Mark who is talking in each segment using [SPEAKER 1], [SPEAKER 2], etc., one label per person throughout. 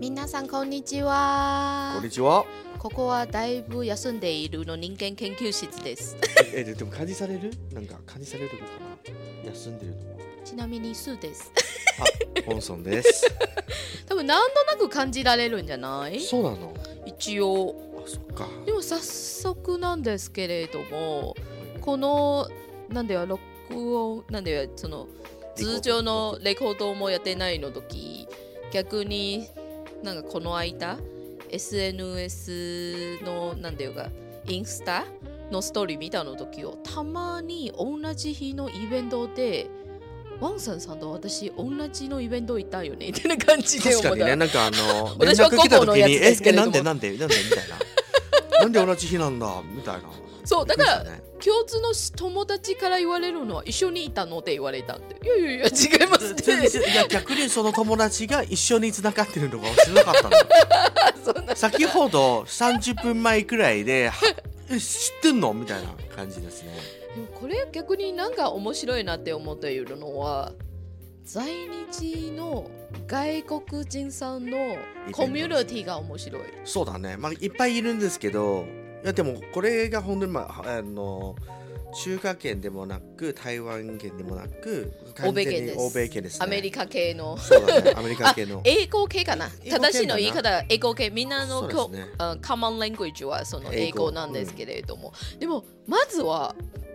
[SPEAKER 1] 皆さんこんにちは
[SPEAKER 2] こんにちは。
[SPEAKER 1] ここはだいぶ休んでいるの人間研究室です。
[SPEAKER 2] え、えででも感じされるなんか感じされるのかな休んでるの は。
[SPEAKER 1] ちなみにスーです。
[SPEAKER 2] ホンソンです。
[SPEAKER 1] 多分なんとなく感じられるんじゃない
[SPEAKER 2] そうなの
[SPEAKER 1] 一応。
[SPEAKER 2] あ、そっか。
[SPEAKER 1] でも早速なんですけれども、この、なんだよ、録音、なんだよ、その、通常のレコードもやってないの時、逆になんかこの間、SNS の、なんだよが、インスタのストーリー見たの時を、たまに同じ日のイベントで、ワンさんさんと私同じのイベントいたよねみたいな感じで
[SPEAKER 2] 確
[SPEAKER 1] 思
[SPEAKER 2] か
[SPEAKER 1] っ
[SPEAKER 2] に
[SPEAKER 1] た
[SPEAKER 2] ね、なんかあの、
[SPEAKER 1] 私は
[SPEAKER 2] 連絡来
[SPEAKER 1] 高
[SPEAKER 2] た時
[SPEAKER 1] 校のやつですけ
[SPEAKER 2] え、
[SPEAKER 1] れど
[SPEAKER 2] な
[SPEAKER 1] も
[SPEAKER 2] んでなんでなんでみたいな。なん で同じ日なんだみたいな。
[SPEAKER 1] そうだから
[SPEAKER 2] びっくりしたね
[SPEAKER 1] 共通の友達から言われるのは一緒にいたのって言われたんでいやいやいや違いますね
[SPEAKER 2] 全然いや逆にその友達が一緒に繋がってるのが知らなか った の。
[SPEAKER 1] そんな
[SPEAKER 2] 先ほど30分前くらいで、はえ知ってんのみたいな感じですね。
[SPEAKER 1] でもこれ逆になんか面白いなって思っているのは在日の外国人さんのコミュニティが面白い
[SPEAKER 2] そうだね、まあ、いっぱいいるんですけどいやでもこれが本当に、まあ、あの中華圏でもなく台湾圏でもなく
[SPEAKER 1] 欧米圏
[SPEAKER 2] 完全に
[SPEAKER 1] です
[SPEAKER 2] 欧米圏です、ね、
[SPEAKER 1] アメリカ系の
[SPEAKER 2] そうだね アメリカ系の
[SPEAKER 1] 英語系かな
[SPEAKER 2] 英語系かな
[SPEAKER 1] 正しいの言い方は英語系みんなの
[SPEAKER 2] そうですね
[SPEAKER 1] あカマンレングイッジはその英
[SPEAKER 2] 英
[SPEAKER 1] 語
[SPEAKER 2] 語
[SPEAKER 1] なんですけれども、でもまずは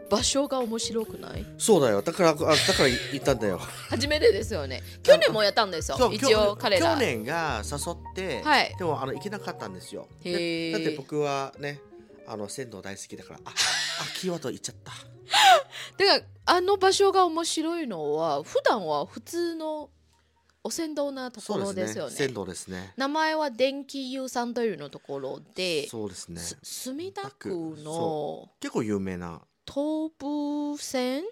[SPEAKER 1] 場所が面白くない
[SPEAKER 2] そうだよだからあだから行ったん だよ
[SPEAKER 1] 初めてですよね去年もやったんです
[SPEAKER 2] そ
[SPEAKER 1] よ
[SPEAKER 2] う
[SPEAKER 1] 一応
[SPEAKER 2] 去
[SPEAKER 1] 彼ら
[SPEAKER 2] 去年が誘って、
[SPEAKER 1] はい
[SPEAKER 2] でもあの行けなかったんですよ
[SPEAKER 1] へ
[SPEAKER 2] で
[SPEAKER 1] ー
[SPEAKER 2] だって僕はねあの銭湯大好きだからああキーワード行っちゃった
[SPEAKER 1] だからあの場所が面白いのは普段は普通のお船頭なとこ
[SPEAKER 2] そ
[SPEAKER 1] ろ
[SPEAKER 2] うで
[SPEAKER 1] ですすよ
[SPEAKER 2] ね
[SPEAKER 1] ね
[SPEAKER 2] 銭湯ですね
[SPEAKER 1] 名前は電気湯さんというのところで、
[SPEAKER 2] そうですね
[SPEAKER 1] す墨田区の
[SPEAKER 2] そ結構有名な
[SPEAKER 1] 東武線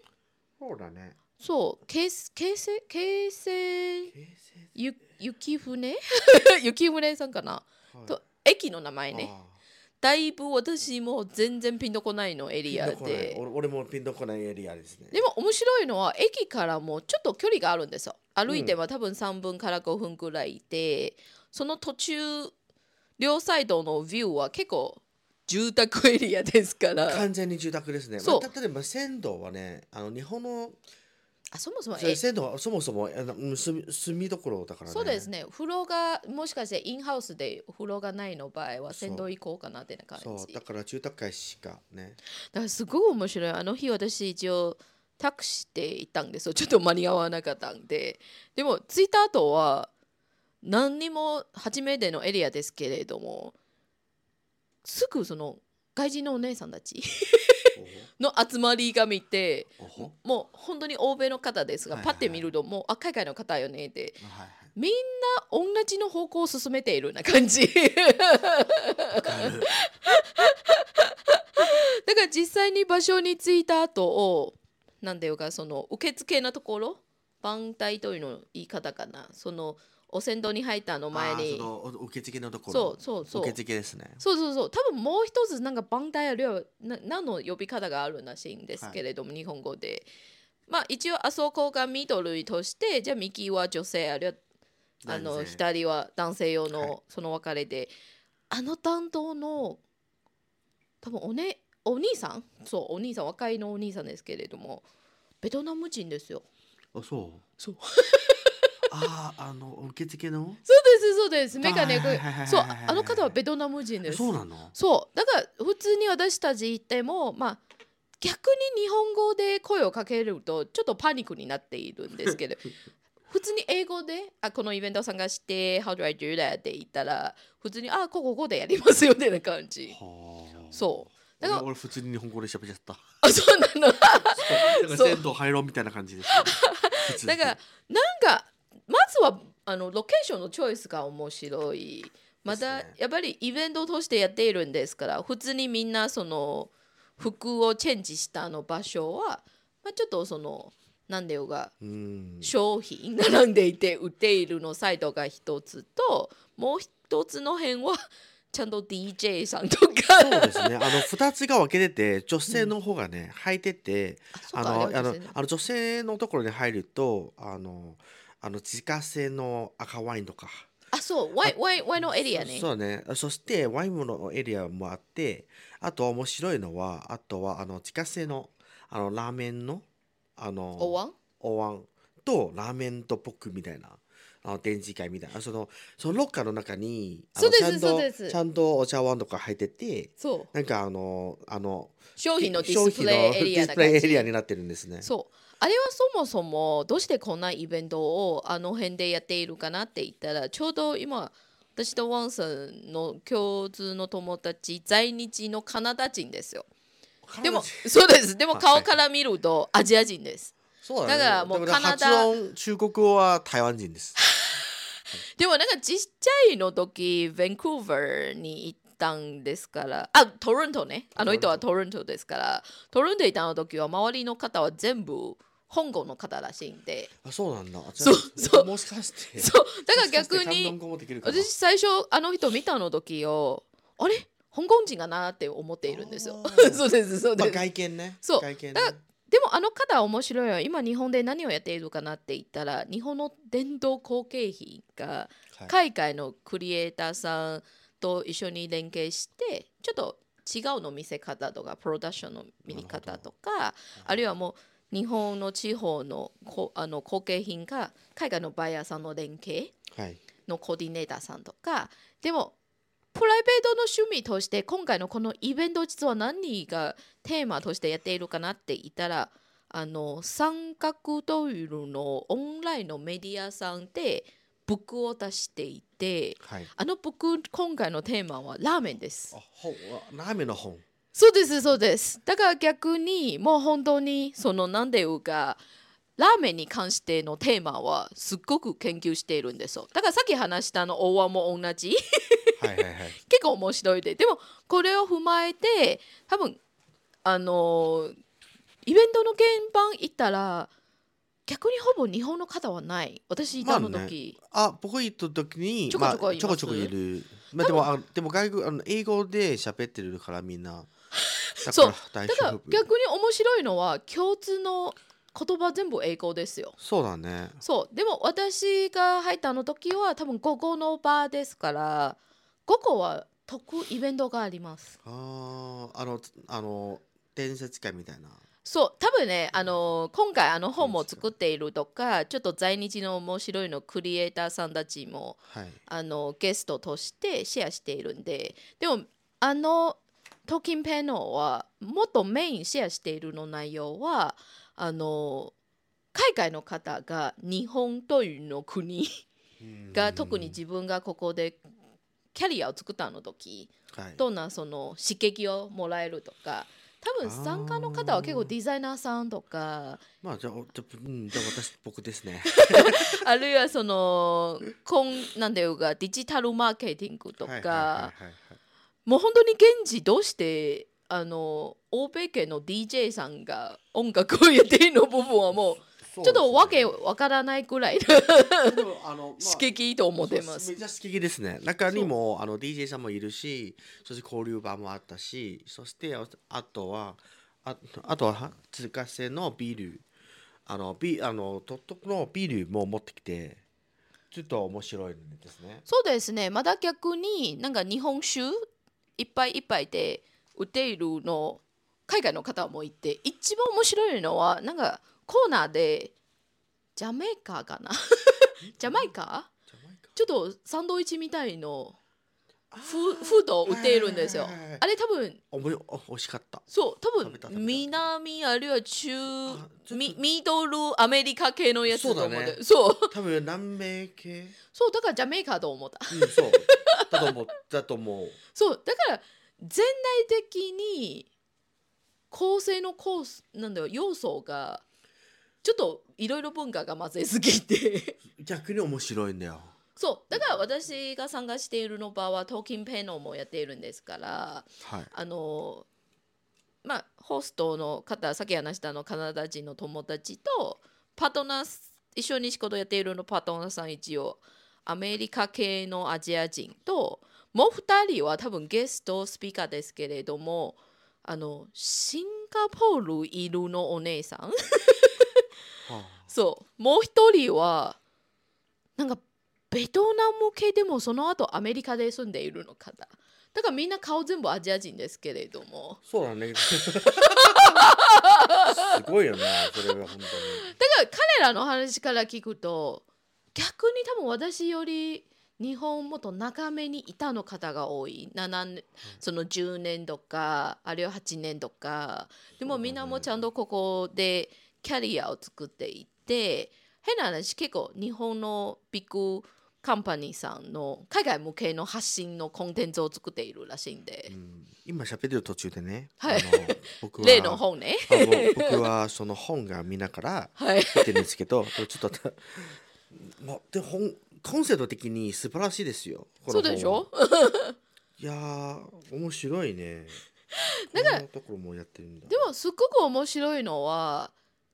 [SPEAKER 2] そうだね
[SPEAKER 1] そう京京成京成ゆ雪船 雪船さんかな、
[SPEAKER 2] はい
[SPEAKER 1] と駅の名前ね
[SPEAKER 2] ああ
[SPEAKER 1] だいぶ私も全然ピンとこないのエリア
[SPEAKER 2] ピンとこない
[SPEAKER 1] で
[SPEAKER 2] 俺俺もピンとこないエリアですね
[SPEAKER 1] でも面白いのは駅からもちょっと距離があるんですよ歩いては多分3分から5分くらいで、その途中両サイドのビューは結構住宅エリアですから
[SPEAKER 2] 完全に住宅ですね
[SPEAKER 1] そう
[SPEAKER 2] まあ例えば仙道はねあの日本の
[SPEAKER 1] あそもそもえ
[SPEAKER 2] 仙道はそもそもあのうん住み住みどころだからね
[SPEAKER 1] そうですね風呂がもしかしてインハウスで風呂がないの場合は
[SPEAKER 2] そう
[SPEAKER 1] 先導行こうかなってな感
[SPEAKER 2] そ
[SPEAKER 1] じ
[SPEAKER 2] うだから住宅街しか ね
[SPEAKER 1] だからすごく面白いあの日私一応タクシーで行ったんですよちょっと間に合わなかったんででも着いた後は何にも初めてのエリアですけれどもすぐその外人のお姉さんたち の集まりが見て
[SPEAKER 2] おほおほ
[SPEAKER 1] もう本当に欧米の方ですが、
[SPEAKER 2] はいはいはい
[SPEAKER 1] パッて見るともうあ海外の方よねって
[SPEAKER 2] はい
[SPEAKER 1] みんな同じの方向を進めているような感じ
[SPEAKER 2] わかる
[SPEAKER 1] だから実際に場所に着いた後をなんだよかその受付のところ番隊というの言い方かなその お先頭に入ったの前
[SPEAKER 2] あー
[SPEAKER 1] に
[SPEAKER 2] そのお受付のとこ
[SPEAKER 1] そ
[SPEAKER 2] ろ
[SPEAKER 1] うそうそう
[SPEAKER 2] 受付ですね
[SPEAKER 1] そうそうそう多分もう一つなんか番隊あるいはな何の呼び方があるらしいんですけれども、日本語でまあ一応あそこがミドルとしてじゃあ右は女性あるいはあの
[SPEAKER 2] 男性
[SPEAKER 1] 左は男性用
[SPEAKER 2] はい
[SPEAKER 1] のその別れで、あの担当の多分お,、ね、お兄さんそうお兄さん若いのお兄さんですけれどもベトナム人ですよ
[SPEAKER 2] あそう
[SPEAKER 1] そう
[SPEAKER 2] あああの受付の
[SPEAKER 1] そうですそうですメガネ
[SPEAKER 2] はいはいはいはいはい
[SPEAKER 1] そうあの方はベトナム人です
[SPEAKER 2] そうなの
[SPEAKER 1] そうだから普通に私たち行ってもまあ逆に日本語で声をかけるとちょっとパニックになっているんですけど普通に英語であこのイベントを探して「How do I do that?」って言ったら普通に「あここここでやりますよ」みたいな感じ
[SPEAKER 2] はあ
[SPEAKER 1] そうだから
[SPEAKER 2] 俺俺普通に日本語で喋っちゃった
[SPEAKER 1] あそうなの
[SPEAKER 2] なんか
[SPEAKER 1] そう
[SPEAKER 2] 銭湯入ろうみたいな感 じですよね、普通
[SPEAKER 1] だ
[SPEAKER 2] に
[SPEAKER 1] からなんかまずはあのロケーションのチョイスが面白いまた、
[SPEAKER 2] ですね
[SPEAKER 1] やっぱりイベントを通してやっているんですから普通にみんなその服をチェンジしたあの場所は、まあ、ちょっとそのなんだよが
[SPEAKER 2] うん
[SPEAKER 1] 商品並んでいて売っているのサイトが一つともう一つの辺はちゃんと DJ さんとか
[SPEAKER 2] そうですねあの2つが分けてて女性の方がね、履いてて
[SPEAKER 1] あ
[SPEAKER 2] あのあ
[SPEAKER 1] あ
[SPEAKER 2] の
[SPEAKER 1] れはですね
[SPEAKER 2] あの女性のところに入るとあのあの自家製の赤ワインとか。
[SPEAKER 1] あそうワイワイワイのエリアね
[SPEAKER 2] そそうねそしてワインのエリアもあってあと面白いのはあとはあの自家製のあのラーメンのあの
[SPEAKER 1] おわん
[SPEAKER 2] お椀とラーメンとポックみたいなあの展示会みたいなそのそのロッカーの中にあの
[SPEAKER 1] そうです
[SPEAKER 2] ちゃんと
[SPEAKER 1] そうです
[SPEAKER 2] ちゃんとお茶碗とか入ってて
[SPEAKER 1] そう
[SPEAKER 2] なんかあのあの
[SPEAKER 1] 商品のディスプレイエリアな
[SPEAKER 2] 商品のディスプレ
[SPEAKER 1] 感
[SPEAKER 2] イ
[SPEAKER 1] じ
[SPEAKER 2] エリアになってるんですね。
[SPEAKER 1] そうあれはそもそもどうしてこんなイベントをあの辺でやっているかなって言ったらちょうど今私とワンさんの共通の友達在日のカナダ人ですよでも そうですでも
[SPEAKER 2] はい
[SPEAKER 1] 顔から見るとアジア人です
[SPEAKER 2] そう
[SPEAKER 1] だからもう
[SPEAKER 2] でね
[SPEAKER 1] カナダ
[SPEAKER 2] 発音中国語は台湾人です。
[SPEAKER 1] でもなんかちっちゃいの時バンクーバーに行ったんですからあトロントねあの人はトロントですからトロント行ったの時は周りの方は全部香港の方らしいんで
[SPEAKER 2] あそうなんだ。あ
[SPEAKER 1] そう
[SPEAKER 2] じゃあ
[SPEAKER 1] そう
[SPEAKER 2] もしかして
[SPEAKER 1] そうだから逆
[SPEAKER 2] もしかして
[SPEAKER 1] に
[SPEAKER 2] 関東語もできるかな
[SPEAKER 1] 私最初あの人見たの時をあれ香港人かなって思っているんですよ
[SPEAKER 2] あ。ー
[SPEAKER 1] そうですそうで
[SPEAKER 2] まあ
[SPEAKER 1] す、
[SPEAKER 2] 外見ね。
[SPEAKER 1] そう
[SPEAKER 2] 外見ね。
[SPEAKER 1] だでもあの方は面白いよ今日本で何をやっているかなって言ったら日本の伝統工芸品が
[SPEAKER 2] はい
[SPEAKER 1] 海外のクリエイターさんと一緒に連携してちょっと違うの見せ方とかプロダクションの見方とかあるいはもう日本の地方のこあの工芸品が海外のバイヤーさんの連携
[SPEAKER 2] はい。
[SPEAKER 1] のコーディネーターさんとかでもプライベートの趣味として今回のこのイベント実は何がテーマとしてやっているかなって言ったらあの三角ドイルのオンラインのメディアさんでブックを出していて
[SPEAKER 2] はい。
[SPEAKER 1] あのブック今回のテーマはラーメンです
[SPEAKER 2] あ本あラーメンの本。
[SPEAKER 1] そうですそうですだから逆にもう本当にその何でいうかラーメンに関してのテーマはすっごく研究しているんですよだからさっき話したあの大和も同じ
[SPEAKER 2] はいはいはい。
[SPEAKER 1] 結構面白いででもこれを踏まえて多分あのイベントの現場行ったら逆にほぼ日本の方はない私いたの
[SPEAKER 2] まあね
[SPEAKER 1] 時、
[SPEAKER 2] あ僕行った時に
[SPEAKER 1] ちょこ
[SPEAKER 2] ま
[SPEAKER 1] ちょこ
[SPEAKER 2] あ
[SPEAKER 1] います
[SPEAKER 2] ちょこちょこいる。まあでもあでも外国あの英語で喋ってるからみんな。だ
[SPEAKER 1] そう
[SPEAKER 2] 大
[SPEAKER 1] だから
[SPEAKER 2] 丈夫。
[SPEAKER 1] 逆に面白いのは共通の言葉全部英語ですよ
[SPEAKER 2] そうだね。
[SPEAKER 1] そうでも私が入ったあの時は多分午後の場ですから午後は特イベントがあります
[SPEAKER 2] あああのあの伝説会みたいな。
[SPEAKER 1] そう多分ねあの今回あの本も作っているとかちょっと在日の面白いのクリエイターさんたちも
[SPEAKER 2] はい。
[SPEAKER 1] あのゲストとしてシェアしているんででもあのトーキンペノはもっとメインシェアしているの内容はあの海外の方が日本というの国が特に自分がここでキャリアを作ったの時
[SPEAKER 2] 分、はい、
[SPEAKER 1] どんなその刺激をもらえるとか多分参加の方は結構デザイナーさんとか
[SPEAKER 2] まあじゃあおじゃあうんじゃあ私僕ですね。
[SPEAKER 1] あるいはそのこんなんていうかデジタルマーケティン グと
[SPEAKER 2] はいは
[SPEAKER 1] か
[SPEAKER 2] いはいはいはい
[SPEAKER 1] もう本当に現地どうしてあの欧米系の DJ さんが音楽をやっているの部分はもう
[SPEAKER 2] そう
[SPEAKER 1] ちょっとわけ
[SPEAKER 2] ですね
[SPEAKER 1] わからないくらいの
[SPEAKER 2] でもあの、まあ
[SPEAKER 1] 刺激と思ってま
[SPEAKER 2] そう
[SPEAKER 1] す
[SPEAKER 2] め。っちゃ刺激ですね。中にもあの DJ さんもいるし、そして交流場もあったし、そしてああとはああとは通過性のビール、あのビあのとっとのビールも持ってきて、ちょっと面白いですね。
[SPEAKER 1] そうですね。まだ逆になんか日本酒いっぱいいっぱいで売っているの海外の方もいて一番面白いのはなんかコーナーでジャメイカかな ジャマイカ
[SPEAKER 2] ジャマイカ
[SPEAKER 1] ちょっとサンドイッチみたいの
[SPEAKER 2] あ
[SPEAKER 1] フフードを売っているんですよ。
[SPEAKER 2] はいはいはいはい
[SPEAKER 1] あれ多分
[SPEAKER 2] おもよお美味しかった。
[SPEAKER 1] そう多
[SPEAKER 2] 食べた食べ
[SPEAKER 1] 分
[SPEAKER 2] た
[SPEAKER 1] 南あるいは中
[SPEAKER 2] あちょっと
[SPEAKER 1] ミミドルアメリカ系のやつと思って
[SPEAKER 2] そうだね
[SPEAKER 1] そう
[SPEAKER 2] 多分南米系、うん、
[SPEAKER 1] そうだからジャメイカと思った。
[SPEAKER 2] そうだと思うだと思う。
[SPEAKER 1] そうだから全体的に構成のコースなんだよ要素がちょっといろいろ文化が混ぜすぎて
[SPEAKER 2] 逆に面白いんだよ。
[SPEAKER 1] そうだから私が参加しているの場はトーキンペノもやっているんですから
[SPEAKER 2] はい。
[SPEAKER 1] あのまあホストの方さっき話したあのカナダ人の友達とパートナー一緒に仕事やっているのパートナーさん一応アメリカ系のアジア人ともう2人は多分ゲストスピーカーですけれどもあのシンガポールいるのお姉さん
[SPEAKER 2] はあ
[SPEAKER 1] そうもう1人はなんかベトナム系でもその後アメリカで住んでいるの方だからみんな顔全部アジア人ですけれども
[SPEAKER 2] そうだ ね。すごいよね、それは本当に。
[SPEAKER 1] だから彼らの話から聞くと逆に多分私より日本もっと長めにいたの方が多い7年その10年とかあるいは8年とかで
[SPEAKER 2] そうだ
[SPEAKER 1] も
[SPEAKER 2] ね
[SPEAKER 1] みんなもちゃんとここでキャリアを作っていて変な話結構日本のビッグカンパニーさんの海外向けの発信のコンテンツを作っているらしいんで、
[SPEAKER 2] うん今喋ってる途中でね、
[SPEAKER 1] はい
[SPEAKER 2] あの僕は
[SPEAKER 1] 例の本ね。
[SPEAKER 2] あの僕はその本が見ながら
[SPEAKER 1] はい、
[SPEAKER 2] 見てるんですけど、でもちょっと、まあ、で本コンセプト的に素晴らしいですよ。こ
[SPEAKER 1] そ
[SPEAKER 2] の本
[SPEAKER 1] うでしょ
[SPEAKER 2] いやー、面白いね。
[SPEAKER 1] だから
[SPEAKER 2] こんなところもやってるんだ。
[SPEAKER 1] でもすっごく面白いのは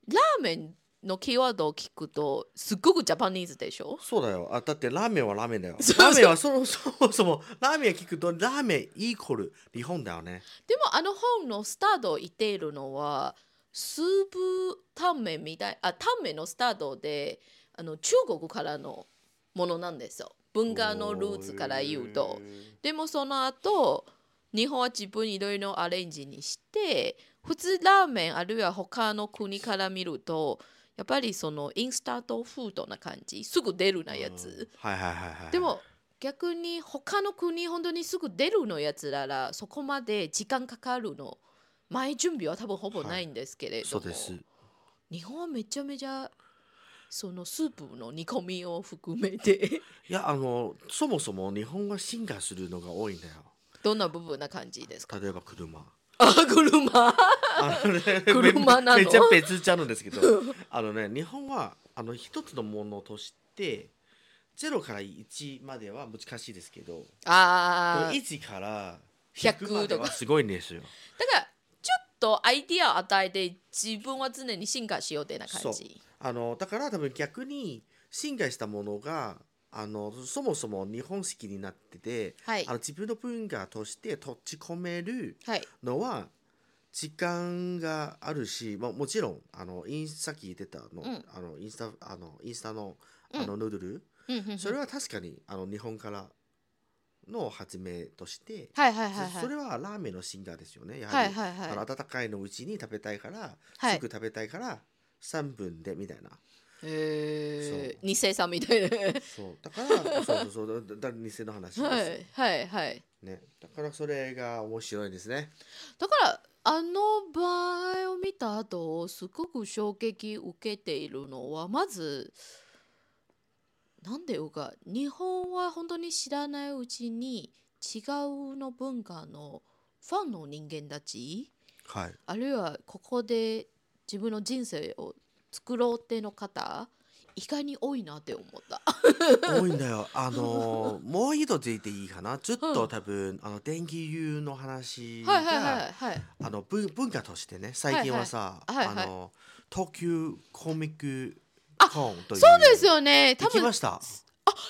[SPEAKER 1] ラーメンのキーワードを聞くとすっごくジャパニーズでしょ
[SPEAKER 2] そうだよ。あ、だってラーメンはラーメンだよ。
[SPEAKER 1] そう
[SPEAKER 2] ラーメンはそもそもそもラーメン聞くとラーメンイコール日本だよね。
[SPEAKER 1] でもあの本のスタートを言っているのはスープタンメンみたいあタンメンのスタートであの中国からのものなんですよ文化のルーツから言うと。でもその後日本は自分いろいろアレンジにして普通ラーメンあるいは他の国から見るとやっぱりそのインスタントフードな感じすぐ出るなやつ、
[SPEAKER 2] うん。はいはいはいはい。
[SPEAKER 1] でも逆に他の国本当にすぐ出るのやつならそこまで時間かかるの前準備は多分ほぼないんですけれど
[SPEAKER 2] そう
[SPEAKER 1] も、
[SPEAKER 2] です。
[SPEAKER 1] 日本はめちゃめちゃそのスープの煮込みを含めて
[SPEAKER 2] いやあのそもそも日本は進化するのが多いんだよ。
[SPEAKER 1] どんな部分な感じ ですか
[SPEAKER 2] 例えば車。
[SPEAKER 1] あ車
[SPEAKER 2] あのね
[SPEAKER 1] 車なの
[SPEAKER 2] めめっちゃ別ちゃうんですけど、あのね日本はあの一つのものとして。0から1までは難しいですけど
[SPEAKER 1] あー
[SPEAKER 2] 1から
[SPEAKER 1] 100
[SPEAKER 2] 100まではすごいんですよ。
[SPEAKER 1] だからちょっとアイディアを与えて自分は常に進化しようってな
[SPEAKER 2] そ
[SPEAKER 1] 感
[SPEAKER 2] う
[SPEAKER 1] じ
[SPEAKER 2] あのだから多分逆に侵害したものがあのそもそも日本式になってて、
[SPEAKER 1] はい
[SPEAKER 2] あの自分の文化として閉じ込める
[SPEAKER 1] はい
[SPEAKER 2] のは時間があるし、まあ、もちろんあのインさっき言ってた
[SPEAKER 1] う
[SPEAKER 2] の,、
[SPEAKER 1] ん
[SPEAKER 2] あのインスタあのインスタの
[SPEAKER 1] うん
[SPEAKER 2] あのヌードル、
[SPEAKER 1] うんうんうん
[SPEAKER 2] それは確かにあの日本からの発明として、
[SPEAKER 1] はいはいはい
[SPEAKER 2] そ
[SPEAKER 1] はい
[SPEAKER 2] それはラーメンの進化ですよねやは
[SPEAKER 1] は
[SPEAKER 2] り、
[SPEAKER 1] いはい
[SPEAKER 2] あ
[SPEAKER 1] は
[SPEAKER 2] の温かいのうちに食べたいから、
[SPEAKER 1] はい
[SPEAKER 2] すぐ食べたいから3分でみたいない
[SPEAKER 1] へえ偽さんみたいな
[SPEAKER 2] そうだか らそうそうそうだだだ偽の話です、
[SPEAKER 1] はいはいはい
[SPEAKER 2] ねだからそれが面白いですね
[SPEAKER 1] だからあの場合を見た後すごく衝撃受けているのはまずなんでいうか日本は本当に知らないうちに違うの文化のファンの人間たち
[SPEAKER 2] はい
[SPEAKER 1] あるいはここで自分の人生を作ろうっての方意外に多いなって思った。
[SPEAKER 2] 多いん だよあのーもう一度ついていいかなちょっと多分あの電気流の話が、
[SPEAKER 1] はいはいはいはい。
[SPEAKER 2] あの文文化としてね最近はさ、
[SPEAKER 1] はいはいはいはい
[SPEAKER 2] あの東急コミックコンという
[SPEAKER 1] そうですよね。多
[SPEAKER 2] 行き
[SPEAKER 1] 分
[SPEAKER 2] ました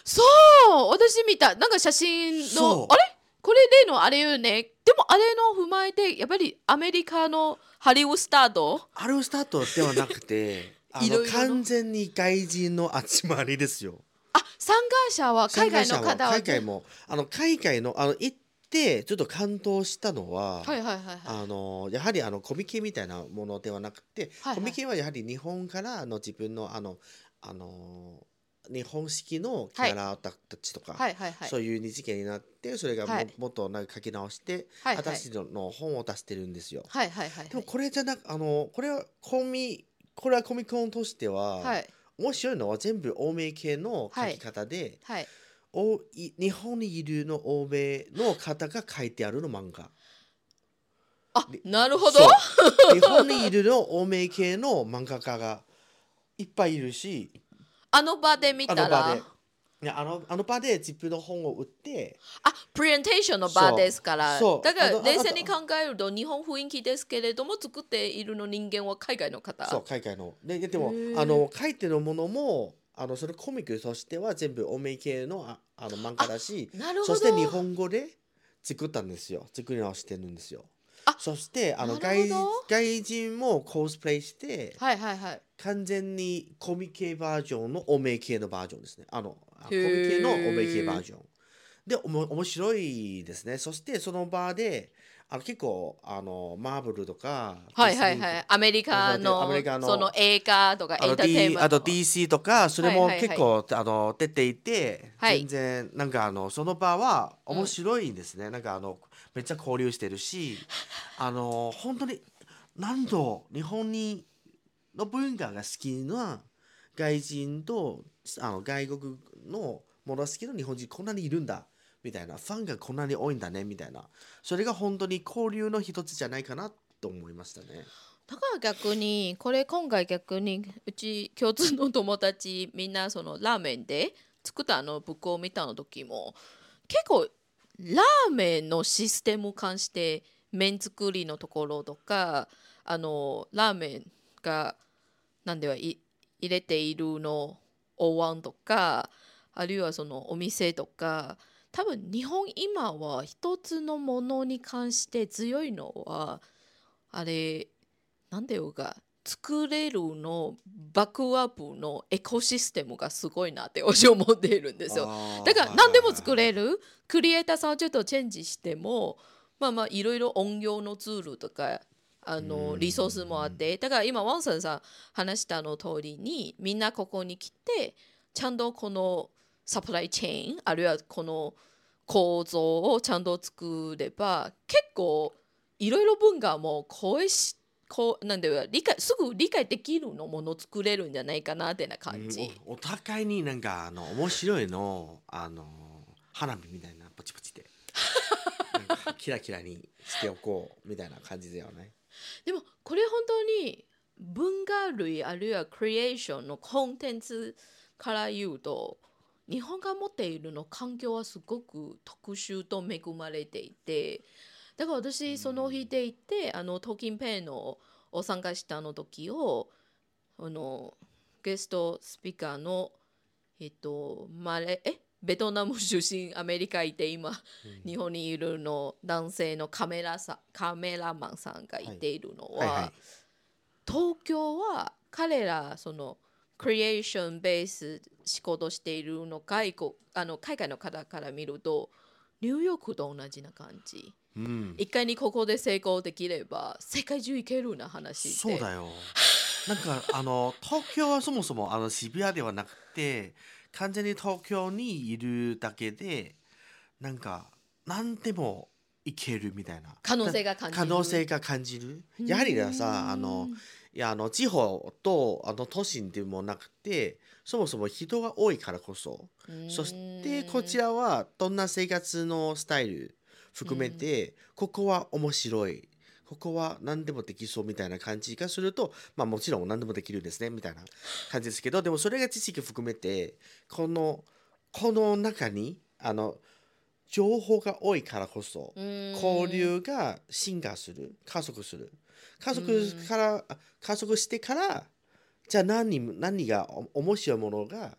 [SPEAKER 1] そう私見たなんか写真
[SPEAKER 2] そう
[SPEAKER 1] のあれこれ例のあれよね。でもあれの踏まえてやっぱりアメリカのハリウッドスタート。
[SPEAKER 2] あれをスタートではなく てあの
[SPEAKER 1] いろいろな
[SPEAKER 2] 完全に外人の集まりですよ
[SPEAKER 1] あ参加者は海外の
[SPEAKER 2] 参加者
[SPEAKER 1] 方
[SPEAKER 2] は
[SPEAKER 1] は。
[SPEAKER 2] 海外もあの海外のあの行ってちょっと感動したのは、
[SPEAKER 1] はいはいはいはい。
[SPEAKER 2] あのやはりあのコミケみたいなものではなくて、
[SPEAKER 1] はいはい
[SPEAKER 2] コミケはやはり日本からの自分のあのあの日本式のキャラたちとか、
[SPEAKER 1] はいはいはい。
[SPEAKER 2] そういう二次元になってそれがも,、
[SPEAKER 1] はい
[SPEAKER 2] もっとなんか書き直して、
[SPEAKER 1] はいはい
[SPEAKER 2] 私のの本を出してるんですよ。
[SPEAKER 1] はいはいはい
[SPEAKER 2] でもこれじゃなくあのこれはコミこれはコミコンとしては、
[SPEAKER 1] はい。はい
[SPEAKER 2] 面白いのは全部欧米系の書き方で。
[SPEAKER 1] はい。
[SPEAKER 2] おい日本にいるの欧米の方が書いてあるの漫画。
[SPEAKER 1] あ
[SPEAKER 2] で
[SPEAKER 1] なるほど
[SPEAKER 2] そう。日本にいるの欧米系の漫画家がいっぱいいるし、
[SPEAKER 1] あの場で見
[SPEAKER 2] あ
[SPEAKER 1] た
[SPEAKER 2] の場
[SPEAKER 1] ら
[SPEAKER 2] で。。いやあのあの場で自分の本を売って
[SPEAKER 1] あプレゼンテーションの場ですから
[SPEAKER 2] そうそ
[SPEAKER 1] だ
[SPEAKER 2] う
[SPEAKER 1] か
[SPEAKER 2] あ
[SPEAKER 1] ら
[SPEAKER 2] の
[SPEAKER 1] 冷静に考えると日本雰囲気ですけれども作っているの人間は海外の方
[SPEAKER 2] そう海外のでででも
[SPEAKER 1] へー
[SPEAKER 2] あの書いてるものもあのそのコミックとしては全部欧米系のああの漫画だし
[SPEAKER 1] なるほど
[SPEAKER 2] そして日本語で作ったんですよ作り直してるんですよ
[SPEAKER 1] あ
[SPEAKER 2] そしてあ
[SPEAKER 1] な
[SPEAKER 2] の
[SPEAKER 1] る
[SPEAKER 2] 外
[SPEAKER 1] ほど
[SPEAKER 2] 外人もコスプレして
[SPEAKER 1] はいはいはい
[SPEAKER 2] 完全にコミケバージョンの欧米系のバージョンですねあのあコミ
[SPEAKER 1] へー
[SPEAKER 2] ケの欧米系バージョンでおも面白いですねそしてその場であの結構あのマーブルとか
[SPEAKER 1] はいはい
[SPEAKER 2] ディズニーとか
[SPEAKER 1] はいアメリカの
[SPEAKER 2] アメリカの
[SPEAKER 1] その映画とか
[SPEAKER 2] あ
[SPEAKER 1] エン
[SPEAKER 2] の
[SPEAKER 1] ターテイン
[SPEAKER 2] D
[SPEAKER 1] メント
[SPEAKER 2] あと DC とかそれも
[SPEAKER 1] はいはいはい
[SPEAKER 2] 結構、あの出ていて、
[SPEAKER 1] はい
[SPEAKER 2] 全然なんかあのその場は
[SPEAKER 1] うん
[SPEAKER 2] 面白いんですね、なんかあのめっちゃ交流してる しあの本当に何度日本にの文化が好きな外人とあの外国のものが好きな日本人こんなにいるんだみたいなファンがこんなに多いんだねみたいなそれが本当に交流の一つじゃないかなと思いましたね。
[SPEAKER 1] だから逆にこれ今回逆にうち共通の友達みんなそのラーメンで作ったあのブックを見たの時も結構ラーメンのシステム関して麺作りのところとかあのラーメンがなんではい入れているのお椀とかあるいはそのお店とか多分日本今は一つのものに関して強いのはあれなんていうか作れるのバックアップのエコシステムがすごいなって私思っているんですよ。
[SPEAKER 2] あー
[SPEAKER 1] だか
[SPEAKER 2] は
[SPEAKER 1] ら
[SPEAKER 2] い
[SPEAKER 1] 何でも作
[SPEAKER 2] はいはい
[SPEAKER 1] れるクリエイターさんをちょっとチェンジしてもまあまあいろいろ音量のツールとかあ
[SPEAKER 2] う
[SPEAKER 1] の
[SPEAKER 2] ん
[SPEAKER 1] リソースもあってだから今ワンさんさん話したの通りにみんなここに来てちゃんとこのサプライチェーンあるいはこの構造をちゃんと作れば結構いろいろ文化も超えしこうなんだよ理解すぐ理解できるのもの作れるんじゃないかなってな感じ。
[SPEAKER 2] うんおお互いになんかあの面白いのあの花火みたいなパチパチでなんかキラキラにしておこうみたいな感じだよね。
[SPEAKER 1] でもこれ本当に文化類あるいはクリエーションのコンテンツから言うと日本が持っているの環境はすごく特殊と恵まれていてだから
[SPEAKER 2] うん
[SPEAKER 1] 私その日で行って、あのトーキンペイのお参加したあの時をあのゲストスピーカーのえっとマレえベトナム出身アメリカいて今日本にいるの男性のカメラさんカメラマンさんがいているのは、
[SPEAKER 2] はいはい
[SPEAKER 1] 東京は彼らそのクリエーションベース仕事しているの外国あの海外の方から見るとニューヨークと同じな感じ
[SPEAKER 2] うん、
[SPEAKER 1] 一回にここで成功できれば世界中いけるな話で
[SPEAKER 2] そうだよ。なんかあの東京はそもそもあの渋谷ではなくて完全に東京にいるだけでなんか何でもいけるみたいな
[SPEAKER 1] 可能性が感じる
[SPEAKER 2] 可能性が感じる
[SPEAKER 1] うん
[SPEAKER 2] やはりださあのいやあの地方とあの都心でもなくてそもそも人が多いからこそそしてこち
[SPEAKER 1] ら
[SPEAKER 2] らはどんな生活のスタイル含めてここは面白いここは何でもできそうみたいな感じがするとまあもちろん何でもできるんですねみたいな感じですけどでもそれが知識含めてこのこの中にあの情報が多いからこそ、交流が進化する加速する加速
[SPEAKER 1] うん
[SPEAKER 2] から、あ加速してからじゃあ何に何がお面白いものが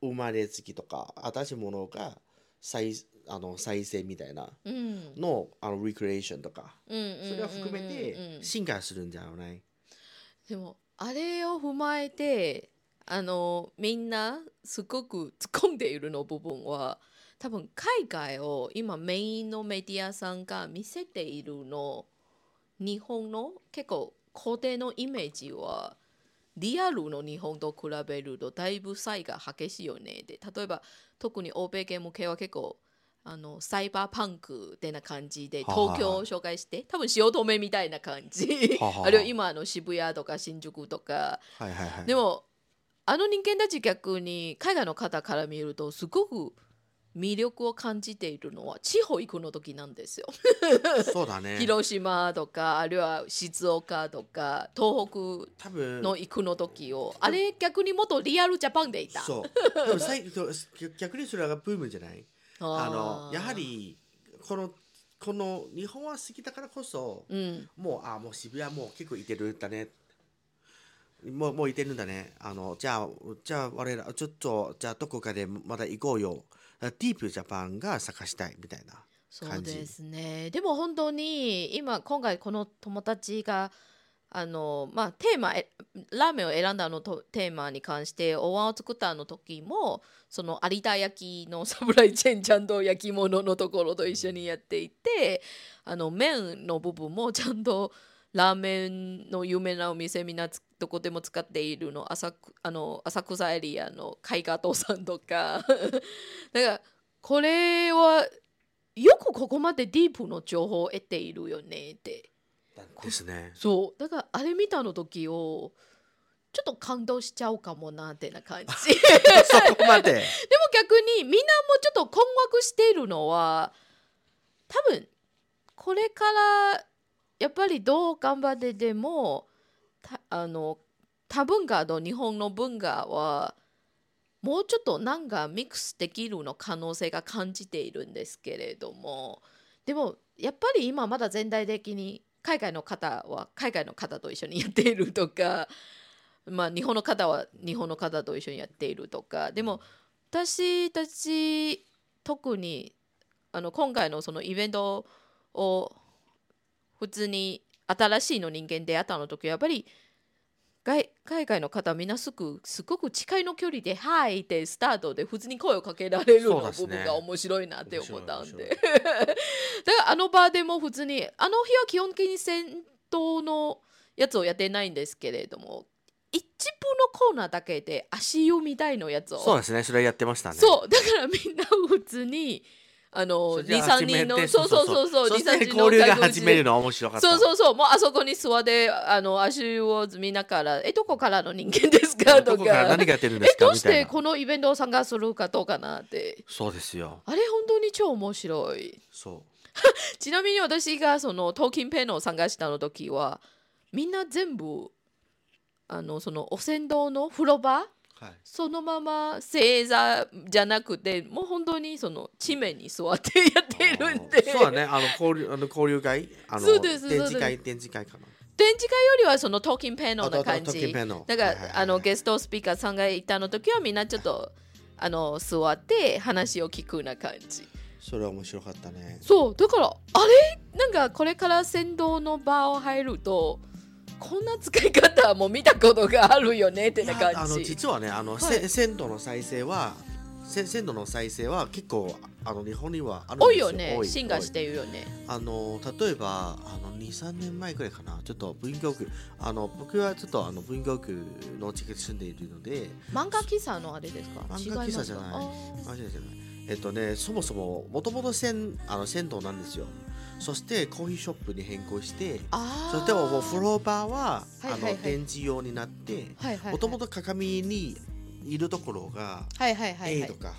[SPEAKER 2] 生まれつきとか新しいものが再あの再生みたいな
[SPEAKER 1] うんうん
[SPEAKER 2] のあのリクレーションとか
[SPEAKER 1] うんうんうん
[SPEAKER 2] それを含め
[SPEAKER 1] うんう
[SPEAKER 2] て
[SPEAKER 1] ん
[SPEAKER 2] 進化するんじゃない、
[SPEAKER 1] でもあれを踏まえてあのみんなすごく突っ込んでいるの部分は多分海外を今メインのメディアさんが見せているの日本の結構固定のイメージはリアルの日本と比べるとだいぶ差異が激しいよねで例えば特に欧米系向けは結構あのサイバーパンクってな感じで
[SPEAKER 2] はあはあ
[SPEAKER 1] 東京を紹介して多分汐留みたいな感じ
[SPEAKER 2] はあはあ
[SPEAKER 1] あるいは今の渋谷とか新宿とか
[SPEAKER 2] はいはいはい
[SPEAKER 1] でもあの人間たち逆に海外の方から見るとすごく魅力を感じているのは地方行くの時なんですよ。
[SPEAKER 2] そうだね
[SPEAKER 1] 広島とかあるいは静岡とか東北
[SPEAKER 2] 多分
[SPEAKER 1] の行くの時をあれ逆にもっとリアルジャパンでいた。
[SPEAKER 2] そうでも最 近逆にそれがブームじゃないあ
[SPEAKER 1] あ
[SPEAKER 2] の
[SPEAKER 1] ー
[SPEAKER 2] やは、りこのこの日本は好きだからこそ
[SPEAKER 1] うん、
[SPEAKER 2] もうあもう渋谷もう結構いてるんだねもうもういてるんだねあのじゃあじゃあ我らちょっとじゃあどこかでまた行こうよディープジャパンが探したいみたいな
[SPEAKER 1] そう
[SPEAKER 2] 感じ
[SPEAKER 1] ですねでも本当に今今回この友達があのまあテーマえラーメンを選んだあのとテーマに関してお椀を作ったあの時もその有田焼の サプライチェーンちゃんと焼き物のところと一緒にやっていてあの麺の部分もちゃんとラーメンの有名なお店みんなつどこでも使っているの浅くあの浅草エリアの海岸島さんとか だからこれはよくここまでディープの情報を得ているよねって
[SPEAKER 2] ですね
[SPEAKER 1] そうだからあれ見たの時をちょっと感動しちゃうかもなってな感じでも
[SPEAKER 2] そこまで
[SPEAKER 1] 逆にみんなもちょっと困惑しているのは多分これからやっぱりどう頑張ってでもたあの多文化と日本の文化はもうちょっとなんかミックスできるの可能性が感じているんですけれどもでもやっぱり今まだ全体的に海外の方は海外の方と一緒にやっているとか、まあ、日本の方は日本の方と一緒にやっているとか でも私たち特にあの今回のそのイベントを普通に新しいの人間で会ったの時はやっぱり外海外の方みんなすぐすごく近いの距離で「はい」ってスタートで普通に声をかけられるの
[SPEAKER 2] そうです
[SPEAKER 1] 部
[SPEAKER 2] ね
[SPEAKER 1] 分が面白いなって思ったん
[SPEAKER 2] 面白い
[SPEAKER 1] でだからあの場でも普通にあの日は基本的に戦闘のやつをやってないんですけれども一部のコーナーだけで足湯みたいのやつを
[SPEAKER 2] そうですねそれやってましたね
[SPEAKER 1] そうだからみんな普通にあの
[SPEAKER 2] それじゃ
[SPEAKER 1] 23
[SPEAKER 2] あ
[SPEAKER 1] 人の
[SPEAKER 2] 始めて
[SPEAKER 1] そうそうそうそう
[SPEAKER 2] そして
[SPEAKER 1] 23人の
[SPEAKER 2] 交流が
[SPEAKER 1] 外国人
[SPEAKER 2] 始めるのは面白かった
[SPEAKER 1] そうそうそうもうあそこに座ってあの足を見ながら「えどこからの人間ですか?」と
[SPEAKER 2] どこから
[SPEAKER 1] か
[SPEAKER 2] 何がやってるんで
[SPEAKER 1] え
[SPEAKER 2] すか
[SPEAKER 1] どう
[SPEAKER 2] み
[SPEAKER 1] したて
[SPEAKER 2] いな
[SPEAKER 1] このイベントを参加するかどうかなって
[SPEAKER 2] そうですよ
[SPEAKER 1] あれ本当に超面白い
[SPEAKER 2] そ
[SPEAKER 1] ちなみに私がそのトーキンペンを探したの時はみんな全部あのそのお船頭の風呂場
[SPEAKER 2] うはい
[SPEAKER 1] そのまま正座じゃなくてもう本当にその地面に座ってやってるんで、
[SPEAKER 2] あーそうだねあの交流あの交流会あの
[SPEAKER 1] そうです
[SPEAKER 2] 展
[SPEAKER 1] そ
[SPEAKER 2] 示
[SPEAKER 1] うで
[SPEAKER 2] 会展示会かな
[SPEAKER 1] 展示会よりはそのトーキンペンのな感
[SPEAKER 2] あとトーキ
[SPEAKER 1] じ
[SPEAKER 2] ンペンの
[SPEAKER 1] だから、
[SPEAKER 2] はいはいはい
[SPEAKER 1] あのゲストスピーカーさんがいたの時はみんなちょっとあの座って話を聞くような感じ
[SPEAKER 2] それは面白かったね
[SPEAKER 1] そうだからあれなんかこれから先導の場を入るとこんな使い方も見たことがあるよねって
[SPEAKER 2] い
[SPEAKER 1] な
[SPEAKER 2] やあ
[SPEAKER 1] 感
[SPEAKER 2] の
[SPEAKER 1] じ
[SPEAKER 2] 実はねあの、
[SPEAKER 1] はい
[SPEAKER 2] せ鮮度の再生はせ鮮度の再生は結構あの日本にはあるんですよ
[SPEAKER 1] 多いよね進化し
[SPEAKER 2] 多い
[SPEAKER 1] ているよね
[SPEAKER 2] あの例えばあの23年前くらいかなちょっと文京区あの僕はちょっとあの文京区の地区に住んでいるので
[SPEAKER 1] 漫画喫茶のあれですか
[SPEAKER 2] 漫
[SPEAKER 1] 違
[SPEAKER 2] 画
[SPEAKER 1] い
[SPEAKER 2] 喫
[SPEAKER 1] ま
[SPEAKER 2] 茶
[SPEAKER 1] す
[SPEAKER 2] じゃない
[SPEAKER 1] かあー
[SPEAKER 2] あ違う違う違うえっとねそもそももともと銭あの銭湯なんですよそしてコーヒーショップに変更して
[SPEAKER 1] あ
[SPEAKER 2] それでももう風呂場は、
[SPEAKER 1] はいはいはい
[SPEAKER 2] あの展示用になっても
[SPEAKER 1] も
[SPEAKER 2] ともと鏡にいるところが
[SPEAKER 1] はいはいはい
[SPEAKER 2] A
[SPEAKER 1] はい
[SPEAKER 2] とか、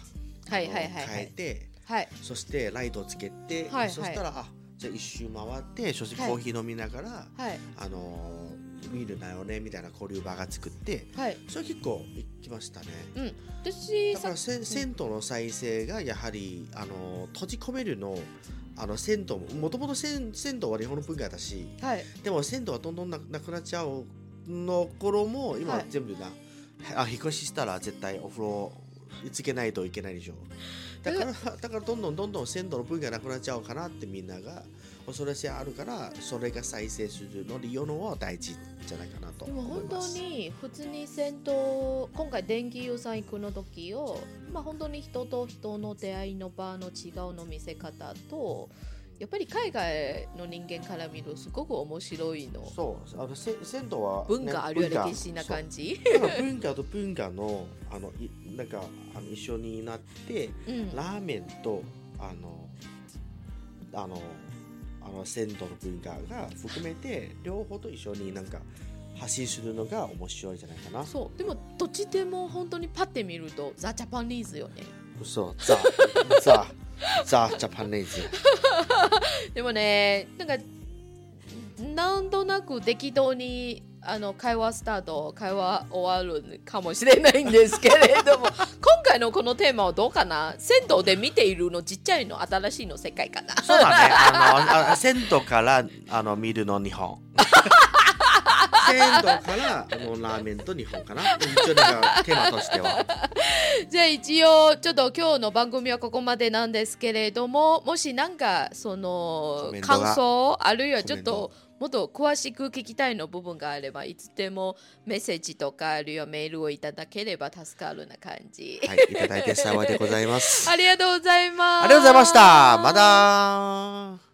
[SPEAKER 1] はいはい
[SPEAKER 2] あの
[SPEAKER 1] はいはい
[SPEAKER 2] 変えて
[SPEAKER 1] はい
[SPEAKER 2] そしてライトをつけて、
[SPEAKER 1] はいはい
[SPEAKER 2] そしたらあじゃあ一周回ってそして
[SPEAKER 1] はい
[SPEAKER 2] コーヒー飲みながら、
[SPEAKER 1] はい
[SPEAKER 2] あのービールだよねみたいな交流バーが作って
[SPEAKER 1] はい
[SPEAKER 2] それ結構行きましたね。
[SPEAKER 1] 私
[SPEAKER 2] だか
[SPEAKER 1] さ
[SPEAKER 2] らせ銭湯の再生がやはりあのー閉じ込めるのあの銭湯ももともと銭銭湯は日本の文化だし
[SPEAKER 1] はい
[SPEAKER 2] でも銭湯がどんどんななくなっちゃうの頃も今
[SPEAKER 1] はい
[SPEAKER 2] 全部な、あ引っ越ししたら絶対お風呂つけないといけないでしょだからだからどんどんどんどん銭湯の分がなくなっちゃうかなってみんなが恐れ性あるからそれが再生するの利用のは大事じゃないかなと
[SPEAKER 1] でも
[SPEAKER 2] 思い
[SPEAKER 1] 本
[SPEAKER 2] ま
[SPEAKER 1] 当
[SPEAKER 2] す。
[SPEAKER 1] に普通に戦闘今回電気湯さん行くの時をまあ本当に人と人の出会いの場の違うの見せ方とやっぱり海外の人間から見るとすごく面白いの
[SPEAKER 2] そうあのせ銭湯は、ね、
[SPEAKER 1] 文化あるよ
[SPEAKER 2] 文
[SPEAKER 1] ね
[SPEAKER 2] 化
[SPEAKER 1] 歴史な感じ
[SPEAKER 2] そうだから文化と文化のあのいなんかあの一緒になって
[SPEAKER 1] うん
[SPEAKER 2] ラーメンとあのあのあの銭湯の文化が含めて両方と一緒になんか発信するのが面白いんじゃないかな。
[SPEAKER 1] そうでもどっちでも本当にパッて見るとザ・ジャパニーズよね
[SPEAKER 2] そうザザザジャパネーズ。
[SPEAKER 1] でもねなんかなんとなく適当にあの会話スタート会話終わるかもしれないんですけれど も今回のこのテーマはどうかな銭湯で見ているのちっちゃいの新しいの世界かな
[SPEAKER 2] そうだね。あのあ銭湯からあの見るの日本。 鮮度からあのラーメンと日本かな一応なんかテーマとしては
[SPEAKER 1] じゃあ一応ちょっと今日の番組はここまでなんですけれどももしなんかそ
[SPEAKER 2] コ
[SPEAKER 1] の
[SPEAKER 2] メントが
[SPEAKER 1] 感想あるいは
[SPEAKER 2] コ
[SPEAKER 1] ちょ
[SPEAKER 2] メ
[SPEAKER 1] っ
[SPEAKER 2] ント
[SPEAKER 1] ともっと詳しく聞きたいの部分があればいつでもメッセージとかあるいはメールをいただければ助かるな感じ、
[SPEAKER 2] はいいただいて幸いでございます
[SPEAKER 1] ありがとうございます
[SPEAKER 2] ありがとうございましたまた